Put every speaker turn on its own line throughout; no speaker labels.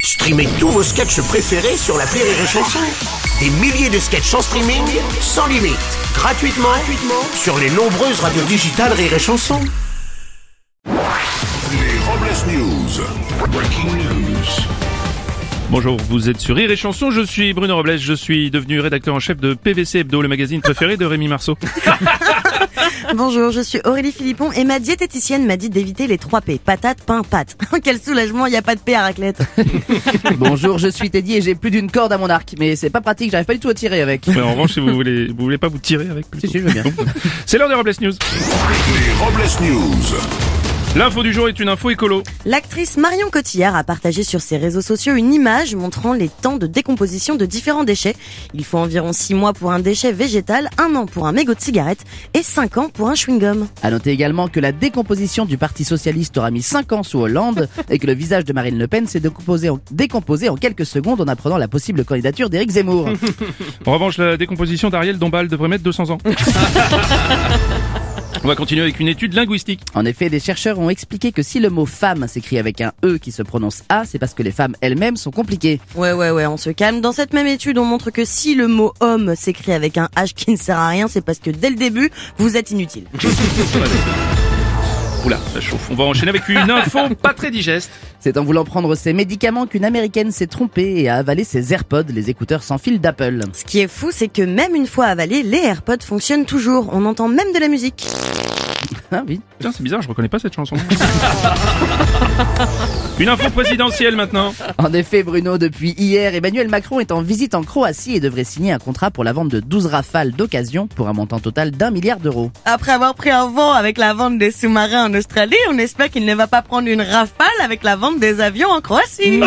Streamez tous vos sketchs préférés sur la Rire et Chanson. Des milliers de sketchs en streaming, sans limite, gratuitement, gratuitement sur les nombreuses radios digitales Rire et Chanson.
Les Robles News. Breaking news.
Bonjour, vous êtes sur Rire et Chanson, je suis Bruno Robles, je suis devenu rédacteur en chef de PVC Hebdo, le magazine préféré de Rémi Marceau.
Bonjour, je suis Aurélie Philippon et ma diététicienne m'a dit d'éviter les 3 P. Patate, pain, pâte. Quel soulagement, il n'y a pas de P à raclette.
Bonjour, je suis Teddy et j'ai plus d'une corde à mon arc, mais c'est pas pratique, j'arrive pas du tout à tirer avec.
Mais en revanche, si vous voulez, vous voulez pas vous tirer avec plutôt.
si, je veux bien.
C'est l'heure des Robles News.
Les Robles News.
L'info du jour est une info écolo.
L'actrice Marion Cotillard a partagé sur ses réseaux sociaux une image montrant les temps de décomposition de différents déchets. Il faut environ 6 mois pour un déchet végétal, 1 an pour un mégot de cigarette et 5 ans pour un chewing-gum.
À noter également que la décomposition du Parti Socialiste aura mis 5 ans sous Hollande et que le visage de Marine Le Pen s'est décomposé en, décomposé en quelques secondes en apprenant la possible candidature d'Éric Zemmour.
En revanche, la décomposition d'Ariel Dombal devrait mettre 200 ans. On va continuer avec une étude linguistique.
En effet, des chercheurs ont expliqué que si le mot femme s'écrit avec un E qui se prononce A, c'est parce que les femmes elles-mêmes sont compliquées.
Ouais, ouais, ouais, on se calme. Dans cette même étude, on montre que si le mot homme s'écrit avec un H qui ne sert à rien, c'est parce que dès le début, vous êtes inutile.
Oula, ça chauffe. On va enchaîner avec une info pas très digeste.
C'est en voulant prendre ses médicaments qu'une américaine s'est trompée et a avalé ses AirPods, les écouteurs sans fil d'Apple.
Ce qui est fou, c'est que même une fois avalés, les AirPods fonctionnent toujours. On entend même de la musique.
Ah oui.
Putain, c'est bizarre, je reconnais pas cette chanson. Une info présidentielle maintenant.
En effet, Bruno, depuis hier, Emmanuel Macron est en visite en Croatie et devrait signer un contrat pour la vente de 12 rafales d'occasion pour un montant total d'un milliard d'euros.
Après avoir pris un vent avec la vente des sous-marins en Australie, on espère qu'il ne va pas prendre une rafale avec la vente des avions en Croatie.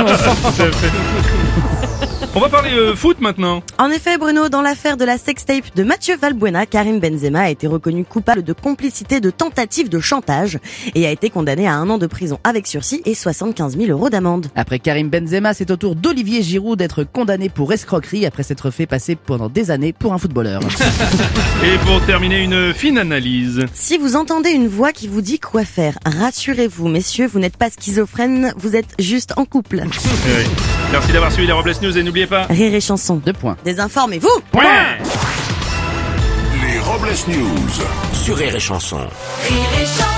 On va parler euh, foot maintenant.
En effet, Bruno, dans l'affaire de la sextape de Mathieu Valbuena, Karim Benzema a été reconnu coupable de complicité de tentative de chantage et a été condamné à un an de prison avec sursis et 75 000 euros d'amende.
Après Karim Benzema, c'est au tour d'Olivier Giroud d'être condamné pour escroquerie après s'être fait passer pendant des années pour un footballeur.
Et pour terminer, une fine analyse.
Si vous entendez une voix qui vous dit quoi faire, rassurez-vous, messieurs, vous n'êtes pas schizophrène, vous êtes juste en couple.
Merci d'avoir suivi les Robles News et n'oubliez pas.
Rire et chanson.
Deux points.
Désinformez-vous
Point
Les Robles News.
Sur Rire et Chanson.
Rire et chanson.